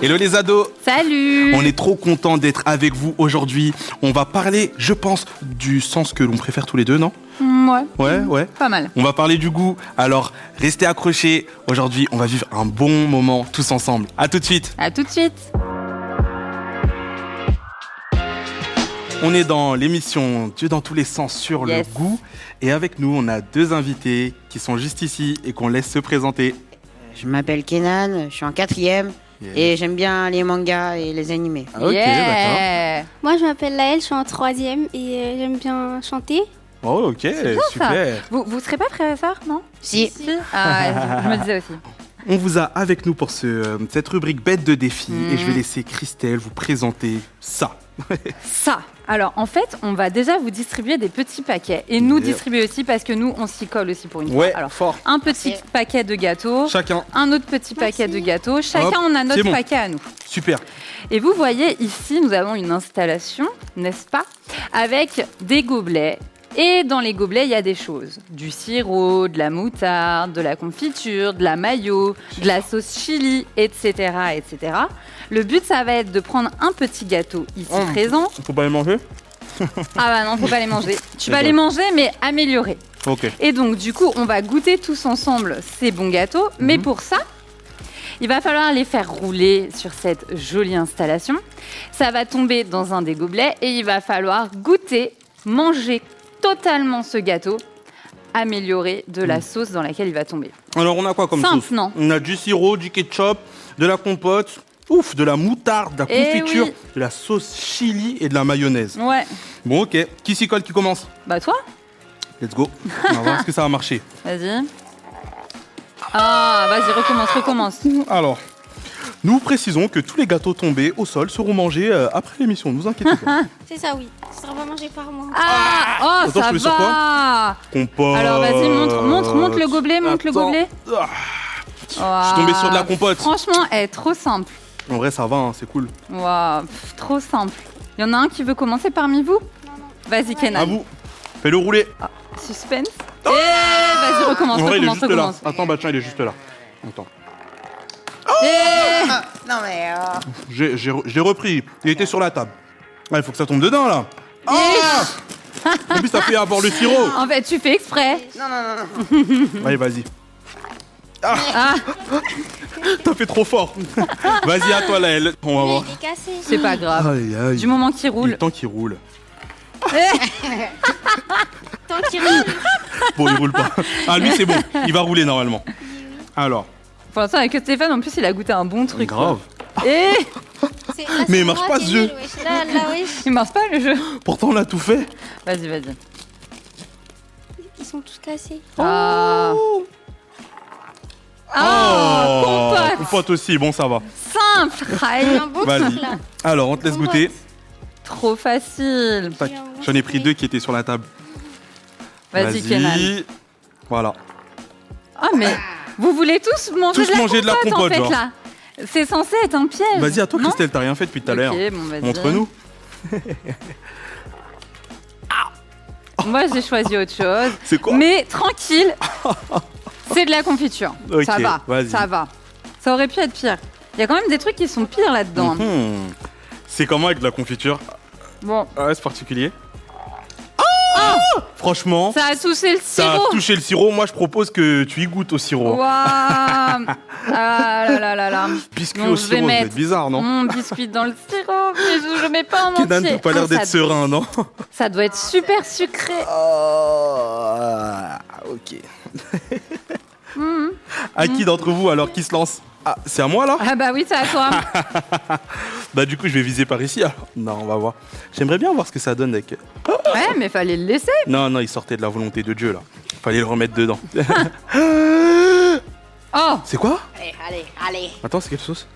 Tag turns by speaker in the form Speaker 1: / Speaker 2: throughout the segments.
Speaker 1: Hello les ados
Speaker 2: Salut
Speaker 1: On est trop content d'être avec vous aujourd'hui. On va parler, je pense, du sens que l'on préfère tous les deux, non
Speaker 2: Mm, ouais.
Speaker 1: Ouais, ouais.
Speaker 2: Pas mal.
Speaker 1: On va parler du goût. Alors, restez accrochés. Aujourd'hui, on va vivre un bon moment tous ensemble. À tout de suite.
Speaker 2: À tout de suite
Speaker 1: On est dans l'émission Dieu dans tous les sens sur
Speaker 2: Yes.
Speaker 1: le goût. Et avec nous, on a deux invités qui sont juste ici et qu'on laisse se présenter.
Speaker 3: Je m'appelle Kenan, je suis en quatrième et j'aime bien les mangas et les animés.
Speaker 1: Ah, ok,
Speaker 2: Yeah.
Speaker 4: Moi, je m'appelle Laëlle, je suis en troisième et euh, j'aime bien chanter.
Speaker 1: d'accord. Oh, ok, super.
Speaker 2: Vous, vous serez pas frères et sœurs, non
Speaker 3: Si,
Speaker 2: Si Ah, je me disais aussi.
Speaker 1: On vous a avec nous pour ce, euh, cette rubrique bête de défi.
Speaker 2: Mhm.
Speaker 1: Et je vais laisser Christelle vous présenter ça.
Speaker 2: Ça Alors, en fait, on va déjà vous distribuer des petits paquets. Et nous
Speaker 1: Yeah.
Speaker 2: distribuer aussi parce que nous, on s'y colle aussi pour une
Speaker 1: Ouais,
Speaker 2: fois. Alors,
Speaker 1: fort.
Speaker 2: un petit
Speaker 3: Merci.
Speaker 2: paquet de gâteaux.
Speaker 1: Chacun.
Speaker 2: Un autre petit paquet de
Speaker 4: Merci.
Speaker 2: gâteaux. Chacun, on a notre
Speaker 1: c'est bon.
Speaker 2: paquet à nous.
Speaker 1: Super.
Speaker 2: Et vous voyez ici, nous avons une installation, n'est-ce pas Avec des gobelets. Et dans les gobelets, il y a des choses. Du sirop, de la moutarde, de la confiture, de la mayo, de la sauce chili, etc. etc. Le but, ça va être de prendre un petit gâteau ici
Speaker 1: Mmh.
Speaker 2: présent.
Speaker 1: Faut pas les manger
Speaker 2: Ah bah non, faut pas les manger. Tu vas
Speaker 1: D'accord.
Speaker 2: les manger, mais améliorer.
Speaker 1: Ok.
Speaker 2: Et donc, du coup, on va goûter tous ensemble ces bons gâteaux. Mais
Speaker 1: Mhm.
Speaker 2: pour ça, il va falloir les faire rouler sur cette jolie installation. Ça va tomber dans un des gobelets et il va falloir goûter, manger totalement ce gâteau, améliorer de
Speaker 1: Mhm.
Speaker 2: la sauce dans laquelle il va tomber.
Speaker 1: Alors on a quoi comme
Speaker 2: Simple,
Speaker 1: sauce
Speaker 2: non
Speaker 1: On a du sirop, du ketchup, de la compote, ouf, de la moutarde, de la
Speaker 2: Eh
Speaker 1: confiture,
Speaker 2: oui.
Speaker 1: de la sauce chili et de la mayonnaise.
Speaker 2: Ouais.
Speaker 1: Bon ok, qui s'y colle, qui commence
Speaker 2: Bah toi,
Speaker 1: Let's go. On va voir ce que ça va marcher.
Speaker 2: vas-y. Ah, vas-y, recommence, recommence.
Speaker 1: Alors, nous précisons que tous les gâteaux tombés au sol seront mangés euh, après l'émission, ne vous inquiétez pas.
Speaker 4: C'est ça, oui. Ce sera pas mangé par moi.
Speaker 2: Ah, oh,
Speaker 1: Attends,
Speaker 2: ça
Speaker 1: je mets sur quoi
Speaker 2: va.
Speaker 1: Compote.
Speaker 2: Alors vas-y, montre, montre, montre le gobelet, montre le
Speaker 1: Attends.
Speaker 2: gobelet. Ah.
Speaker 1: Ah, je suis tombé sur de la compote.
Speaker 2: Franchement, elle est trop simple.
Speaker 1: En vrai, ça va, hein, c'est cool.
Speaker 2: Waouh, pff, trop simple. Il y en a un qui veut commencer parmi vous Vas-y,
Speaker 1: À
Speaker 2: Kenan.
Speaker 1: vous. Fais-le rouler.
Speaker 2: Suspense. Eh, vas-y, recommence,
Speaker 1: en vrai, Oh il est
Speaker 2: recommence,
Speaker 1: juste là.
Speaker 2: recommence.
Speaker 1: Attends, bah tiens, il est juste là. Attends.
Speaker 2: Eh,
Speaker 3: non mais. euh,
Speaker 1: J'ai- j'ai re- Je l'ai repris. Il était sur la table. Il faut que ça tombe dedans, là. Ah en plus, ça fait avoir le sirop.
Speaker 2: en fait, tu fais exprès.
Speaker 3: Non, non, non, non.
Speaker 1: Allez, vas-y.
Speaker 2: Ah,
Speaker 1: T'as fait trop fort. vas-y, à toi, Laëlle. On va voir.
Speaker 4: Il est cassé.
Speaker 2: c'est pas grave.
Speaker 1: Aïe, aïe.
Speaker 2: Du moment qu'il
Speaker 1: Il est
Speaker 2: roule.
Speaker 1: temps qu'il roule.
Speaker 4: Tant qu'il roule.
Speaker 1: Bon, il roule pas. Ah, lui, c'est bon. Il va rouler normalement. Alors,
Speaker 2: Pour l'instant, avec Stéphane, en plus, il a goûté un bon truc. Eh,
Speaker 1: grave.
Speaker 2: Et
Speaker 4: C'est- là,
Speaker 1: Mais
Speaker 4: c'est
Speaker 1: il marche
Speaker 4: moi
Speaker 1: pas,
Speaker 4: qui
Speaker 1: ce
Speaker 4: ai
Speaker 1: jeu.
Speaker 4: nul, wesh. Là, là, wesh.
Speaker 2: il marche pas le jeu.
Speaker 1: Pourtant, on a tout fait.
Speaker 2: Vas-y, vas-y.
Speaker 4: Ils sont tous cassés.
Speaker 2: Ah.
Speaker 1: Oh.
Speaker 2: Ah, compote.
Speaker 1: Oh, Compote aussi. Bon, ça va.
Speaker 2: Simple.
Speaker 4: Il y
Speaker 2: Aïe,
Speaker 4: a un bon
Speaker 1: Vas-y.
Speaker 4: truc, là.
Speaker 1: Alors, on te laisse
Speaker 4: Compote.
Speaker 1: goûter.
Speaker 2: Trop facile.
Speaker 1: Tac. J'en ai pris deux qui étaient sur la table.
Speaker 2: Vas-y, Kenan.
Speaker 1: Voilà.
Speaker 2: Ah mais vous voulez tous manger,
Speaker 1: Tous
Speaker 2: de, la
Speaker 1: manger de la
Speaker 2: compote,
Speaker 1: compote,
Speaker 2: en fait
Speaker 1: genre.
Speaker 2: là. C'est censé être un piège.
Speaker 1: Vas-y, à toi,
Speaker 2: non
Speaker 1: Christelle. T'as rien fait depuis tout à l'heure.
Speaker 2: Ok, bon, vas-y.
Speaker 1: Montre-nous.
Speaker 2: Moi j'ai choisi autre chose.
Speaker 1: C'est quoi
Speaker 2: Mais tranquille, c'est de la confiture.
Speaker 1: Ok,
Speaker 2: ça va,
Speaker 1: vas-y.
Speaker 2: ça va. Ça aurait pu être pire. Il y a quand même des trucs qui sont pires là-dedans.
Speaker 1: Mhm. C'est comment avec de la confiture
Speaker 2: Bon,
Speaker 1: Ouais, c'est particulier. Ah Franchement,
Speaker 2: Ah ça a touché le
Speaker 1: ça a
Speaker 2: sirop.
Speaker 1: touché le sirop. Moi, je propose que tu y goûtes au sirop.
Speaker 2: Waouh Ah là là là là.
Speaker 1: Biscuit
Speaker 2: Non,
Speaker 1: au
Speaker 2: je
Speaker 1: sirop,
Speaker 2: vais
Speaker 1: ça doit
Speaker 2: mettre-
Speaker 1: être bizarre, non
Speaker 2: Mon biscuit dans le sirop, mais je le mets pas en
Speaker 1: Kenan,
Speaker 2: entier.
Speaker 1: t'as pas
Speaker 2: Ah,
Speaker 1: l'air d'être
Speaker 2: ça,
Speaker 1: serein, non
Speaker 2: ça doit être super sucré.
Speaker 1: Ah, ok. À qui d'entre vous alors qui se lance Ah, c'est à moi là
Speaker 2: Mhm. Ah bah oui, c'est à toi.
Speaker 1: Bah du coup je vais viser par ici alors. Non, on va voir. J'aimerais bien voir ce que ça donne avec. euh,
Speaker 2: Ouais, mais fallait le laisser.
Speaker 1: Non, non, il sortait de la volonté de Dieu là. Fallait le remettre dedans.
Speaker 2: Oh,
Speaker 1: c'est quoi
Speaker 3: Allez, allez, allez.
Speaker 1: Attends, c'est quelle sauce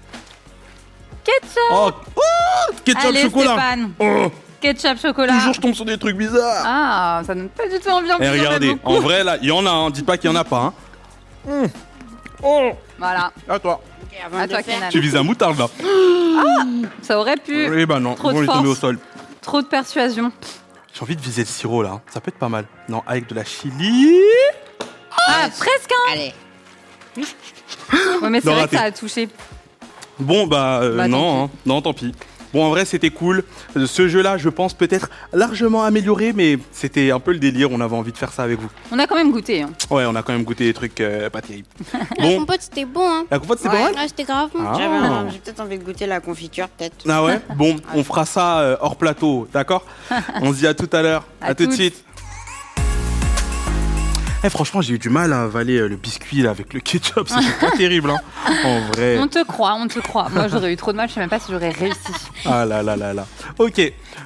Speaker 2: ketchup.
Speaker 1: Oh, oh, ketchup
Speaker 2: Allez,
Speaker 1: chocolat.
Speaker 2: Stéphane.
Speaker 1: Oh,
Speaker 2: Ketchup chocolat.
Speaker 1: toujours je tombe sur des trucs bizarres.
Speaker 2: Ah, ça donne pas du tout envie. en
Speaker 1: Et
Speaker 2: plus, j'en ai
Speaker 1: Eh, regardez,
Speaker 2: beaucoup.
Speaker 1: en vrai là, il y en a, hein. dites pas qu'il y en a pas. Hein. Oh,
Speaker 2: Voilà,
Speaker 1: à toi. Oh,
Speaker 3: Ok, avant
Speaker 2: à
Speaker 3: de
Speaker 2: toi,
Speaker 3: le faire,
Speaker 2: Kenan.
Speaker 1: Tu vises la moutarde là.
Speaker 2: Ça aurait pu.
Speaker 1: Eh ben non,
Speaker 2: Mmh. Trop de
Speaker 1: bon, il est tombé
Speaker 2: force.
Speaker 1: au sol.
Speaker 2: Trop de persuasion.
Speaker 1: J'ai envie de viser le sirop là, ça peut être pas mal. Non, avec de la chili.
Speaker 2: Ah, presque un
Speaker 3: Allez.
Speaker 2: Ouais, mais c'est
Speaker 1: Non,
Speaker 2: vrai
Speaker 1: raté.
Speaker 2: que ça a touché.
Speaker 1: Bon bah, euh,
Speaker 2: Bah, tant
Speaker 1: non, hein. non, tant pis. Bon en vrai c'était cool. Euh, Ce jeu là je pense peut-être largement amélioré mais c'était un peu le délire, on avait envie de faire ça avec vous.
Speaker 2: On a quand même goûté. hein.
Speaker 1: Ouais on a quand même goûté des trucs euh, pas terribles.
Speaker 4: La
Speaker 1: Bon,
Speaker 4: compote, c'était bon, hein.
Speaker 1: la compote c'est
Speaker 3: Ouais.
Speaker 1: pas mal
Speaker 4: Ah, c'était grave bon.
Speaker 1: Ah.
Speaker 3: J'avais un- J'ai peut-être envie de goûter la confiture, peut-être.
Speaker 1: Ah ouais Bon, on fera ça euh, hors plateau, d'accord On se dit à tout à l'heure. À,
Speaker 2: À
Speaker 1: tout de
Speaker 2: toutes.
Speaker 1: suite. Eh, franchement, j'ai eu du mal à avaler euh, le biscuit là, avec le ketchup. C'est pas terrible, hein En vrai.
Speaker 2: On te croit, on te croit. Moi, j'aurais eu trop de mal, je sais même pas si j'aurais réussi.
Speaker 1: Ah là là là là. Ok,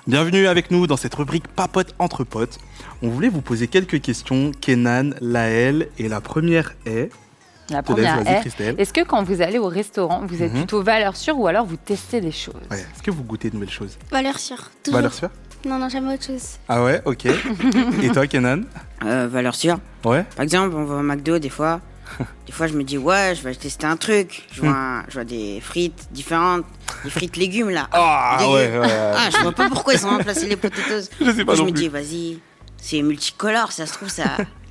Speaker 1: bienvenue avec nous dans cette rubrique Papote entre potes. On voulait vous poser quelques questions, Kenan, Laël, et la première est.
Speaker 2: La
Speaker 1: te laisse,
Speaker 2: première
Speaker 1: vas-y,
Speaker 2: est
Speaker 1: Christelle.
Speaker 2: est-ce que quand vous allez au restaurant, vous êtes
Speaker 1: Mhm.
Speaker 2: plutôt valeur sûre ou alors vous testez des choses
Speaker 1: Ouais, Est-ce que vous goûtez de nouvelles choses
Speaker 4: Valeur sûre. Toujours.
Speaker 1: Valeur sûre
Speaker 4: Non, non, jamais autre chose.
Speaker 1: Ah ouais, ok. et toi, Kenan
Speaker 3: Euh, valeur sûre.
Speaker 1: Ouais
Speaker 3: Par exemple, on va au McDo des fois. Des fois, je me dis, ouais, je vais tester un truc.
Speaker 1: Hmm.
Speaker 3: Je vois, un- je vois des frites différentes, des frites légumes là.
Speaker 1: Ah
Speaker 3: Dégueu.
Speaker 1: ouais, ouais, ouais.
Speaker 3: Ah, je vois pas pourquoi ils ont remplacé les potatoes.
Speaker 1: Je sais pas
Speaker 3: je
Speaker 1: non
Speaker 3: me
Speaker 1: plus.
Speaker 3: dis, vas-y, c'est multicolore, ça se trouve, ça.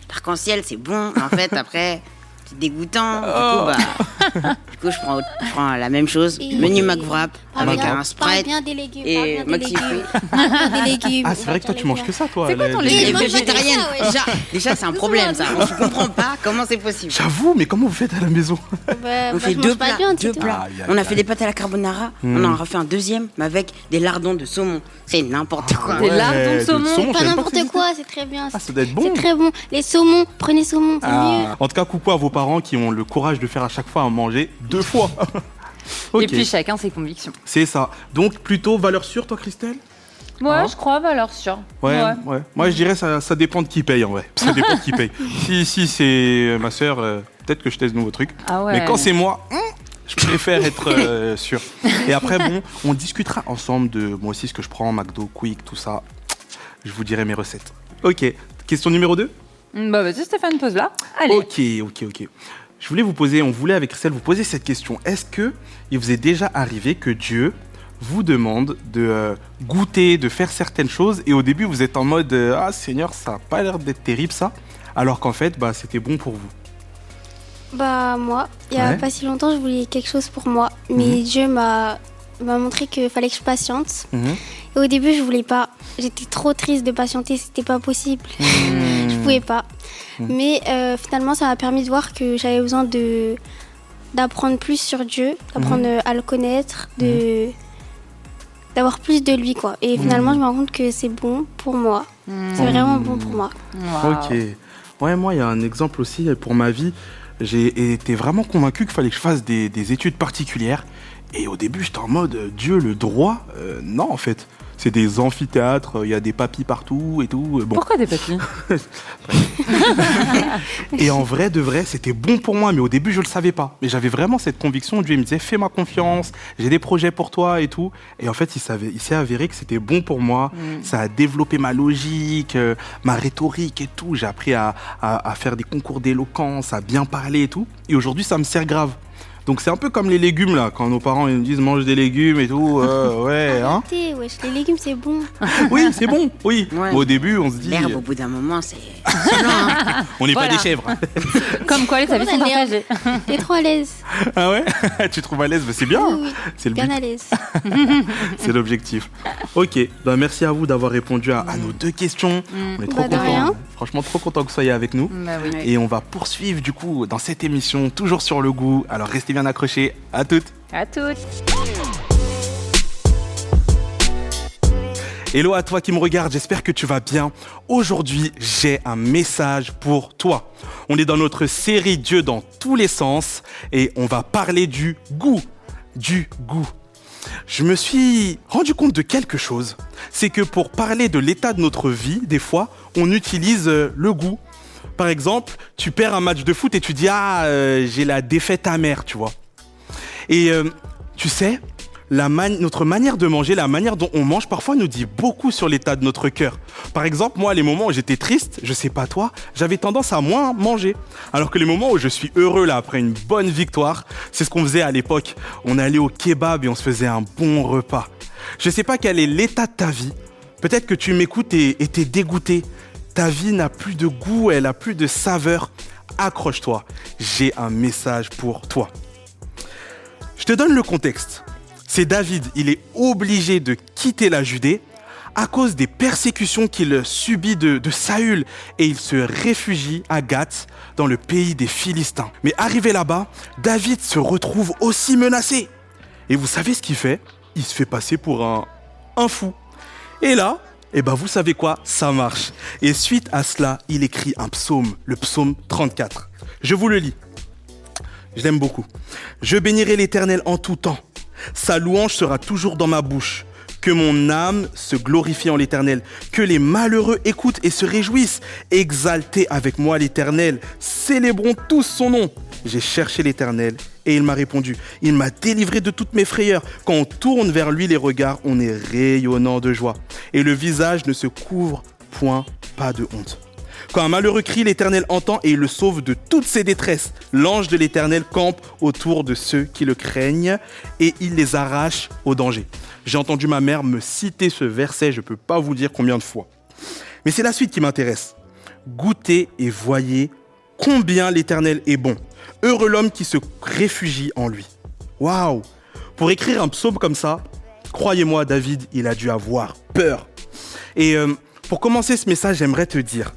Speaker 3: L'arc-en-ciel, c'est bon. En fait, après, c'est dégoûtant. Du
Speaker 1: Oh.
Speaker 3: coup, bah, du coup, je prends, autre- je prends la même chose.
Speaker 4: Et-
Speaker 3: Menu McWrap
Speaker 1: Ah,
Speaker 4: Parle
Speaker 3: avec
Speaker 4: bien-
Speaker 3: un
Speaker 4: Parle
Speaker 3: Sprite.
Speaker 4: bien des légumes.
Speaker 3: et
Speaker 4: parle bien des
Speaker 3: Maxi
Speaker 4: légumes. Parle bien des légumes.
Speaker 1: Ah, c'est vrai que toi, tu manges que ça, toi.
Speaker 2: C'est quoi
Speaker 1: la-
Speaker 2: ton
Speaker 1: les-
Speaker 2: légume
Speaker 3: Et
Speaker 4: Et
Speaker 3: les
Speaker 4: moi, je vais
Speaker 3: végétariennes,
Speaker 4: dire ça, ouais.
Speaker 3: déjà, déjà c'est un problème ça. On ne comprend pas comment c'est possible.
Speaker 1: J'avoue, mais comment vous faites à la maison
Speaker 4: Bah,
Speaker 3: On
Speaker 4: moi,
Speaker 3: fait
Speaker 4: je mange
Speaker 3: deux
Speaker 4: pas
Speaker 3: plats,
Speaker 4: de viande,
Speaker 3: deux
Speaker 4: c'est tout.
Speaker 3: plats.
Speaker 1: Aïe, aïe,
Speaker 3: On Ah, a
Speaker 1: aïe.
Speaker 3: fait des Hmm. pâtes à la carbonara, on en a refait un deuxième, mais avec des lardons de saumon. C'est n'importe quoi.
Speaker 2: Des lardons de saumon.
Speaker 1: je
Speaker 4: Pas
Speaker 1: savais que ça
Speaker 4: n'importe
Speaker 1: existait.
Speaker 4: quoi, c'est très bien.
Speaker 1: Ah, ça doit être bon.
Speaker 4: C'est très bon. Les saumons, prenez saumon, c'est mieux.
Speaker 1: Ah. En tout cas, coucou à vos parents qui ont le courage de faire à chaque fois à manger deux fois.
Speaker 2: Et
Speaker 1: ok,
Speaker 2: puis chacun ses convictions.
Speaker 1: c'est ça. Donc plutôt valeur sûre, toi, Christelle
Speaker 2: Ouais,
Speaker 1: Ah.
Speaker 2: je crois valeur sûre.
Speaker 1: ouais. Moi, je dirais ça, ça dépend de qui paye en vrai. Ça dépend de qui paye. Si, si c'est euh, ma sœur, euh, peut-être que je teste de nouveaux trucs.
Speaker 2: Ah ouais.
Speaker 1: Mais quand c'est moi, hum, je préfère être euh, sûr. Et après, bon, on discutera ensemble de moi aussi ce que je prends, McDo, Quick, tout ça. Je vous dirai mes recettes. Ok, question numéro 2
Speaker 2: Mm, Bah vas-y Stéphane, pose là. Allez.
Speaker 1: Ok, ok, ok. Je voulais vous poser, on voulait avec Christelle vous poser cette question. Est-ce que il vous est déjà arrivé que Dieu vous demande de euh, goûter, de faire certaines choses, et au début vous êtes en mode euh, ah Seigneur, ça a pas l'air d'être terrible ça, alors qu'en fait bah c'était bon pour vous.
Speaker 4: Bah, moi, il y a
Speaker 1: Ouais. Mhm.
Speaker 4: pas si longtemps, je voulais quelque chose pour moi. Mais Dieu m'a m'a montré qu'il fallait que je patiente. Et au début, je voulais pas. J'étais trop triste de patienter, c'était pas possible.
Speaker 1: Mhm.
Speaker 4: Je pouvais pas. Mais euh, finalement, ça m'a permis de voir que j'avais besoin de d'apprendre plus sur Dieu, d'apprendre
Speaker 1: Mhm.
Speaker 4: euh, à le connaître, de d'avoir plus de lui quoi. Et finalement,
Speaker 1: Mhm.
Speaker 4: je me rends compte que c'est bon pour moi.
Speaker 2: Mm,
Speaker 4: C'est vraiment bon pour moi.
Speaker 2: waouh.
Speaker 1: Ok. Ouais, moi, il y a un exemple aussi euh, pour ma vie. J'ai été vraiment convaincu qu'il fallait que je fasse des, des études particulières. Et au début, j'étais en mode euh, Dieu, le droit Euh, Non, en fait. C'est des amphithéâtres, euh, il y a des papis partout et tout. Euh, Bon.
Speaker 2: Pourquoi des papilles
Speaker 1: Et en vrai, de vrai, c'était bon pour moi, mais au début, je le savais pas. Mais j'avais vraiment cette conviction. Dieu il me disait Fais-moi confiance, j'ai des projets pour toi et tout. Et en fait, il, savait- il s'est avéré que c'était bon pour moi. Ça a développé ma logique, euh, ma rhétorique et tout. J'ai appris à, à- à faire des concours d'éloquence, à bien parler et tout. Et aujourd'hui, ça me sert grave. Donc c'est un peu comme les légumes là, quand nos parents ils nous disent mange des légumes et tout, euh, ouais, hein.
Speaker 4: Arrêtez, wesh, les légumes c'est bon.
Speaker 1: Oui, c'est bon, oui.
Speaker 3: Ouais.
Speaker 1: Mais au début on se dit,
Speaker 3: L'herbe, au bout d'un moment, c'est.
Speaker 1: on n'est
Speaker 2: Voilà.
Speaker 1: pas des chèvres.
Speaker 2: Comme Bah quoi les avis sont
Speaker 4: Comment t'as
Speaker 2: partagés.
Speaker 4: T'es trop à l'aise.
Speaker 1: ah ouais, tu te trouves à l'aise, Bah, c'est
Speaker 4: Oui,
Speaker 1: bien,
Speaker 4: oui,
Speaker 1: c'est le but.
Speaker 4: bien à l'aise.
Speaker 1: C'est l'objectif. Ok, bah merci à vous d'avoir répondu à, à nos deux questions. On est trop
Speaker 4: Bah, de
Speaker 1: contents.
Speaker 4: rien. Mm.
Speaker 1: Franchement, trop contents que vous soyez avec nous.
Speaker 2: Bah oui.
Speaker 1: Et on va poursuivre du coup dans cette émission, toujours sur le goût. Alors restez bien accrochés. À toutes.
Speaker 2: À toutes.
Speaker 1: Hello à toi qui me regarde, j'espère que tu vas bien. Aujourd'hui, j'ai un message pour toi. On est dans notre série Dieu dans tous les sens et on va parler du goût. Du goût. Je me suis rendu compte de quelque chose. C'est que pour parler de l'état de notre vie, des fois, on utilise euh, le goût. Par exemple, tu perds un match de foot et tu dis Ah, euh, j'ai la défaite amère, tu vois. Et euh, tu sais, la man- notre manière de manger, la manière dont on mange, parfois nous dit beaucoup sur l'état de notre cœur. Par exemple, moi, les moments où j'étais triste, je sais pas toi, j'avais tendance à moins manger. Alors que les moments où je suis heureux, là, après une bonne victoire, c'est ce qu'on faisait à l'époque. On allait au kebab et on se faisait un bon repas. Je sais pas quel est l'état de ta vie. Peut-être que tu m'écoutes et et t'es dégoûté. Ta vie n'a plus de goût, elle a plus de saveur. Accroche-toi, j'ai un message pour toi. Je te donne le contexte. C'est David, il est obligé de quitter la Judée à cause des persécutions qu'il subit de, de Saül et il se réfugie à Gath dans le pays des Philistins. Mais arrivé là-bas, David se retrouve aussi menacé. Et vous savez ce qu'il fait Il se fait passer pour un, un fou. Et là, eh ben vous savez quoi Ça marche. Et suite à cela, il écrit un psaume, le psaume 34. Je vous le lis. Je l'aime beaucoup. Je bénirai l'Éternel en tout temps. Sa louange sera toujours dans ma bouche. Que mon âme se glorifie en l'Éternel. Que les malheureux écoutent et se réjouissent. Exaltez avec moi l'Éternel. Célébrons tous son nom. J'ai cherché l'Éternel et il m'a répondu. Il m'a délivré de toutes mes frayeurs. Quand on tourne vers lui les regards, on est rayonnant de joie. Et le visage ne se couvre point, pas de honte. Quand un malheureux crie, l'Éternel entend et il le sauve de toutes ses détresses. L'ange de l'Éternel campe autour de ceux qui le craignent et il les arrache au danger. J'ai entendu ma mère me citer ce verset, je ne peux pas vous dire combien de fois. Mais c'est la suite qui m'intéresse. Goûtez et voyez combien l'Éternel est bon. Heureux l'homme qui se réfugie en lui. Waouh Pour écrire un psaume comme ça, croyez-moi, David, il a dû avoir peur. Et euh, pour commencer ce message, j'aimerais te dire,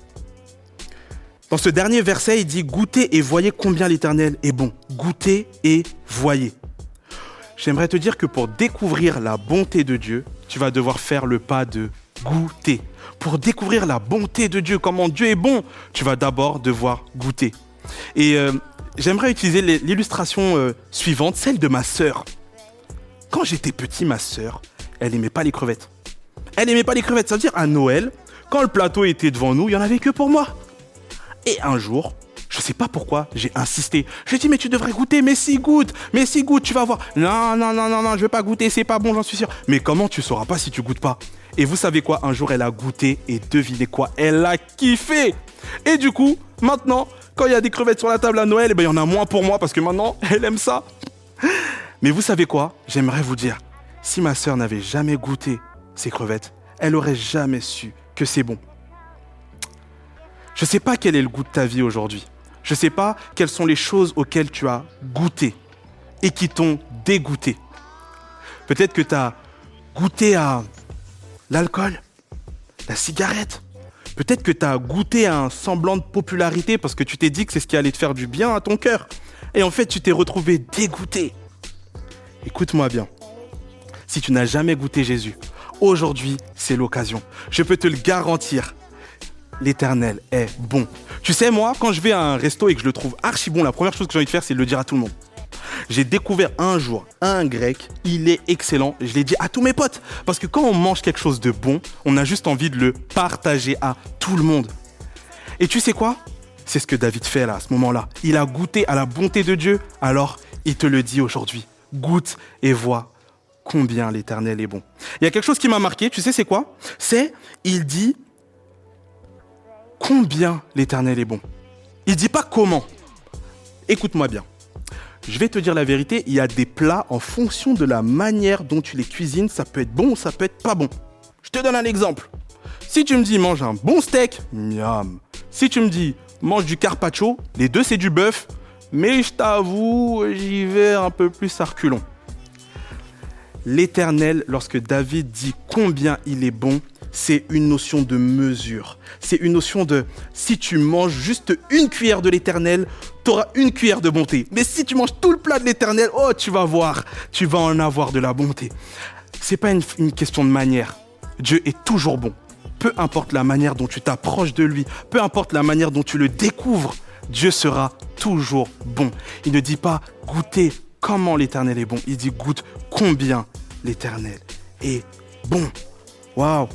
Speaker 1: dans ce dernier verset, il dit Goûtez et voyez combien l'Éternel est bon. Goûtez et voyez. J'aimerais te dire que pour découvrir la bonté de Dieu, tu vas devoir faire le pas de goûter. Pour découvrir la bonté de Dieu, comment Dieu est bon, tu vas d'abord devoir goûter. Et euh, j'aimerais utiliser l'il- l'illustration euh, suivante, celle de ma sœur. Quand j'étais petit, ma sœur, elle n'aimait pas les crevettes. Elle n'aimait pas les crevettes, ça veut dire à Noël, quand le plateau était devant nous, il n'y en avait que pour moi. Et un jour, je sais pas pourquoi, j'ai insisté. Je lui ai dit, mais tu devrais goûter, mais si goûte, mais si goûte, tu vas voir. Non, non, non, non, non, je veux pas goûter, c'est pas bon, j'en suis sûr. Mais comment tu sauras pas si tu goûtes pas Et vous savez quoi Un jour, elle a goûté et devinez quoi Elle a kiffé Et du coup, maintenant, quand il y a des crevettes sur la table à Noël, eh ben, il y en a moins pour moi parce que maintenant, elle aime ça. Mais vous savez quoi J'aimerais vous dire, si ma sœur n'avait jamais goûté ces crevettes, elle aurait jamais su que c'est bon. Je sais pas quel est le goût de ta vie aujourd'hui. Je sais pas quelles sont les choses auxquelles tu as goûté et qui t'ont dégoûté. Peut-être que tu as goûté à l'alcool, la cigarette. Peut-être que tu as goûté à un semblant de popularité parce que tu t'es dit que c'est ce qui allait te faire du bien à ton cœur. Et en fait, tu t'es retrouvé dégoûté. Écoute-moi bien. Si tu n'as jamais goûté Jésus, aujourd'hui, c'est l'occasion. Je peux te le garantir l'Éternel est bon. Tu sais, moi, quand je vais à un resto et que je le trouve archi bon, la première chose que j'ai envie de faire, c'est de le dire à tout le monde. J'ai découvert un jour un grec, il est excellent, je l'ai dit à tous mes potes. Parce que quand on mange quelque chose de bon, on a juste envie de le partager à tout le monde. Et tu sais quoi C'est ce que David fait là, à ce moment-là. Il a goûté à la bonté de Dieu, alors il te le dit aujourd'hui. Goûte et vois combien l'Éternel est bon. Il y a quelque chose qui m'a marqué, tu sais c'est quoi C'est, il dit, combien l'Éternel est bon. Il dit pas comment. Écoute-moi bien. Je vais te dire la vérité, il y a des plats en fonction de la manière dont tu les cuisines, ça peut être bon ou ça peut être pas bon. Je te donne un exemple. Si tu me dis mange un bon steak, miam. Si tu me dis mange du carpaccio, les deux c'est du bœuf, mais je t'avoue, j'y vais un peu plus à reculons. L'Éternel, lorsque David dit combien il est bon, c'est une notion de mesure. C'est une notion de si tu manges juste une cuillère de l'Éternel, t'auras une cuillère de bonté. Mais si tu manges tout le plat de l'Éternel, oh, tu vas voir, tu vas en avoir de la bonté. C'est pas une, une question de manière. Dieu est toujours bon. Peu importe la manière dont tu t'approches de lui, peu importe la manière dont tu le découvres, Dieu sera toujours bon. Il ne dit pas goûter comment l'Éternel est bon. Il dit goûte combien l'Éternel est bon. Waouh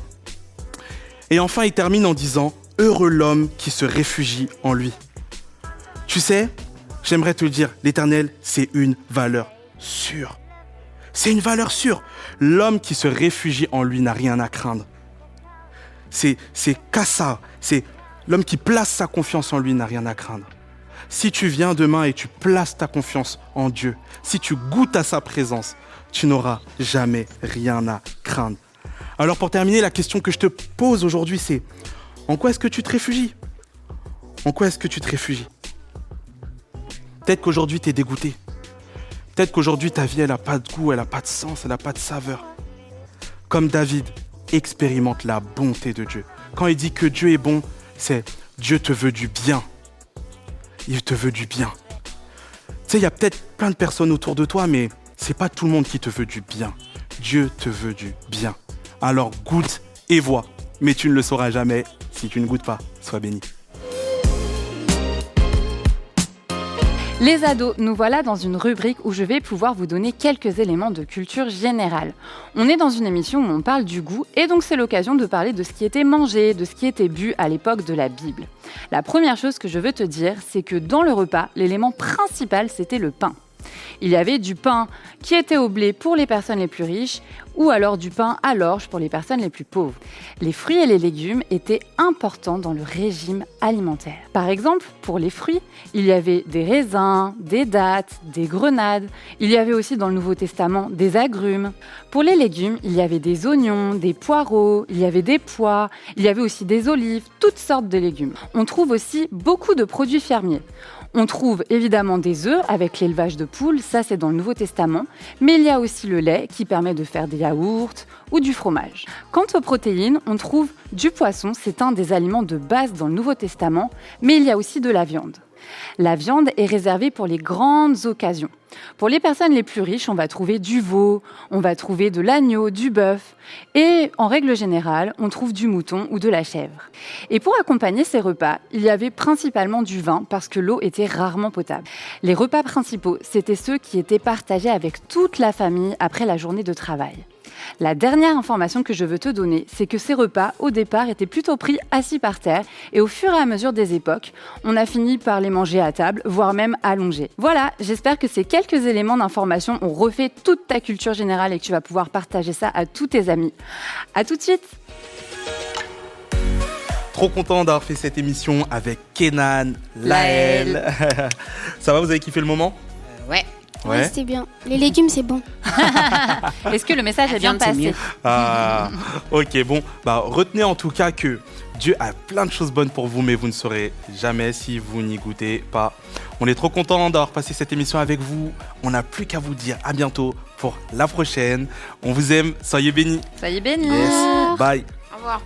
Speaker 1: Et enfin, il termine en disant heureux l'homme qui se réfugie en lui. Tu sais, j'aimerais te le dire, l'Éternel, c'est une valeur sûre. C'est une valeur sûre. L'homme qui se réfugie en lui n'a rien à craindre. C'est c'est qu'à ça. C'est l'homme qui place sa confiance en lui n'a rien à craindre. Si tu viens demain et tu places ta confiance en Dieu, si tu goûtes à sa présence, tu n'auras jamais rien à craindre. Alors pour terminer, la question que je te pose aujourd'hui, c'est en quoi est-ce que tu te réfugies En quoi est-ce que tu te réfugies Peut-être qu'aujourd'hui, tu es dégoûté. Peut-être qu'aujourd'hui, ta vie, elle n'a pas de goût, elle n'a pas de sens, elle n'a pas de saveur. Comme David, expérimente la bonté de Dieu. Quand il dit que Dieu est bon, c'est Dieu te veut du bien. Il te veut du bien. Tu sais, il y a peut-être plein de personnes autour de toi, mais c'est pas tout le monde qui te veut du bien. Dieu te veut du bien. Alors goûte et vois. Mais tu ne le sauras jamais si tu ne goûtes pas. Sois béni.
Speaker 2: Les ados, nous voilà dans une rubrique où je vais pouvoir vous donner quelques éléments de culture générale. On est dans une émission où on parle du goût et donc c'est l'occasion de parler de ce qui était mangé, de ce qui était bu à l'époque de la Bible. La première chose que je veux te dire, c'est que dans le repas, l'élément principal c'était le pain. Il y avait du pain qui était au blé pour les personnes les plus riches ou alors du pain à l'orge pour les personnes les plus pauvres. Les fruits et les légumes étaient importants dans le régime alimentaire. Par exemple, pour les fruits, il y avait des raisins, des dattes, des grenades. Il y avait aussi dans le Nouveau Testament des agrumes. Pour les légumes, il y avait des oignons, des poireaux, il y avait des pois, il y avait aussi des olives, toutes sortes de légumes. On trouve aussi beaucoup de produits fermiers. On trouve évidemment des œufs avec l'élevage de poules, ça c'est dans le Nouveau Testament, mais il y a aussi le lait qui permet de faire des yaourts ou du fromage. Quant aux protéines, on trouve du poisson, c'est un des aliments de base dans le Nouveau Testament, mais il y a aussi de la viande. La viande est réservée pour les grandes occasions. Pour les personnes les plus riches, on va trouver du veau, on va trouver de l'agneau, du bœuf, et en règle générale, on trouve du mouton ou de la chèvre. Et pour accompagner ces repas, il y avait principalement du vin parce que l'eau était rarement potable. Les repas principaux, c'était ceux qui étaient partagés avec toute la famille après la journée de travail. La dernière information que je veux te donner, c'est que ces repas, au départ, étaient plutôt pris assis par terre, et au fur et à mesure des époques, on a fini par les manger à table, voire même allongés. Voilà, j'espère que ces quelques éléments d'information ont refait toute ta culture générale et que tu vas pouvoir partager ça à tous tes amis. À tout de suite
Speaker 1: Trop content d'avoir fait cette émission avec Kenan, Laël. Ça va, vous avez kiffé le moment
Speaker 3: Ouais.
Speaker 4: Ouais, c'était bien. Les légumes, c'est bon.
Speaker 2: Est-ce que le message
Speaker 3: La
Speaker 2: est bien
Speaker 3: viande, c'est
Speaker 2: passé
Speaker 3: mieux.
Speaker 1: Ah, ok, bon, bah, retenez en tout cas que Dieu a plein de choses bonnes pour vous, mais vous ne saurez jamais si vous n'y goûtez pas. On est trop content d'avoir passé cette émission avec vous. On n'a plus qu'à vous dire à bientôt pour la prochaine. On vous aime, soyez bénis.
Speaker 2: Soyez bénis
Speaker 1: Yes, bye.
Speaker 3: Au revoir.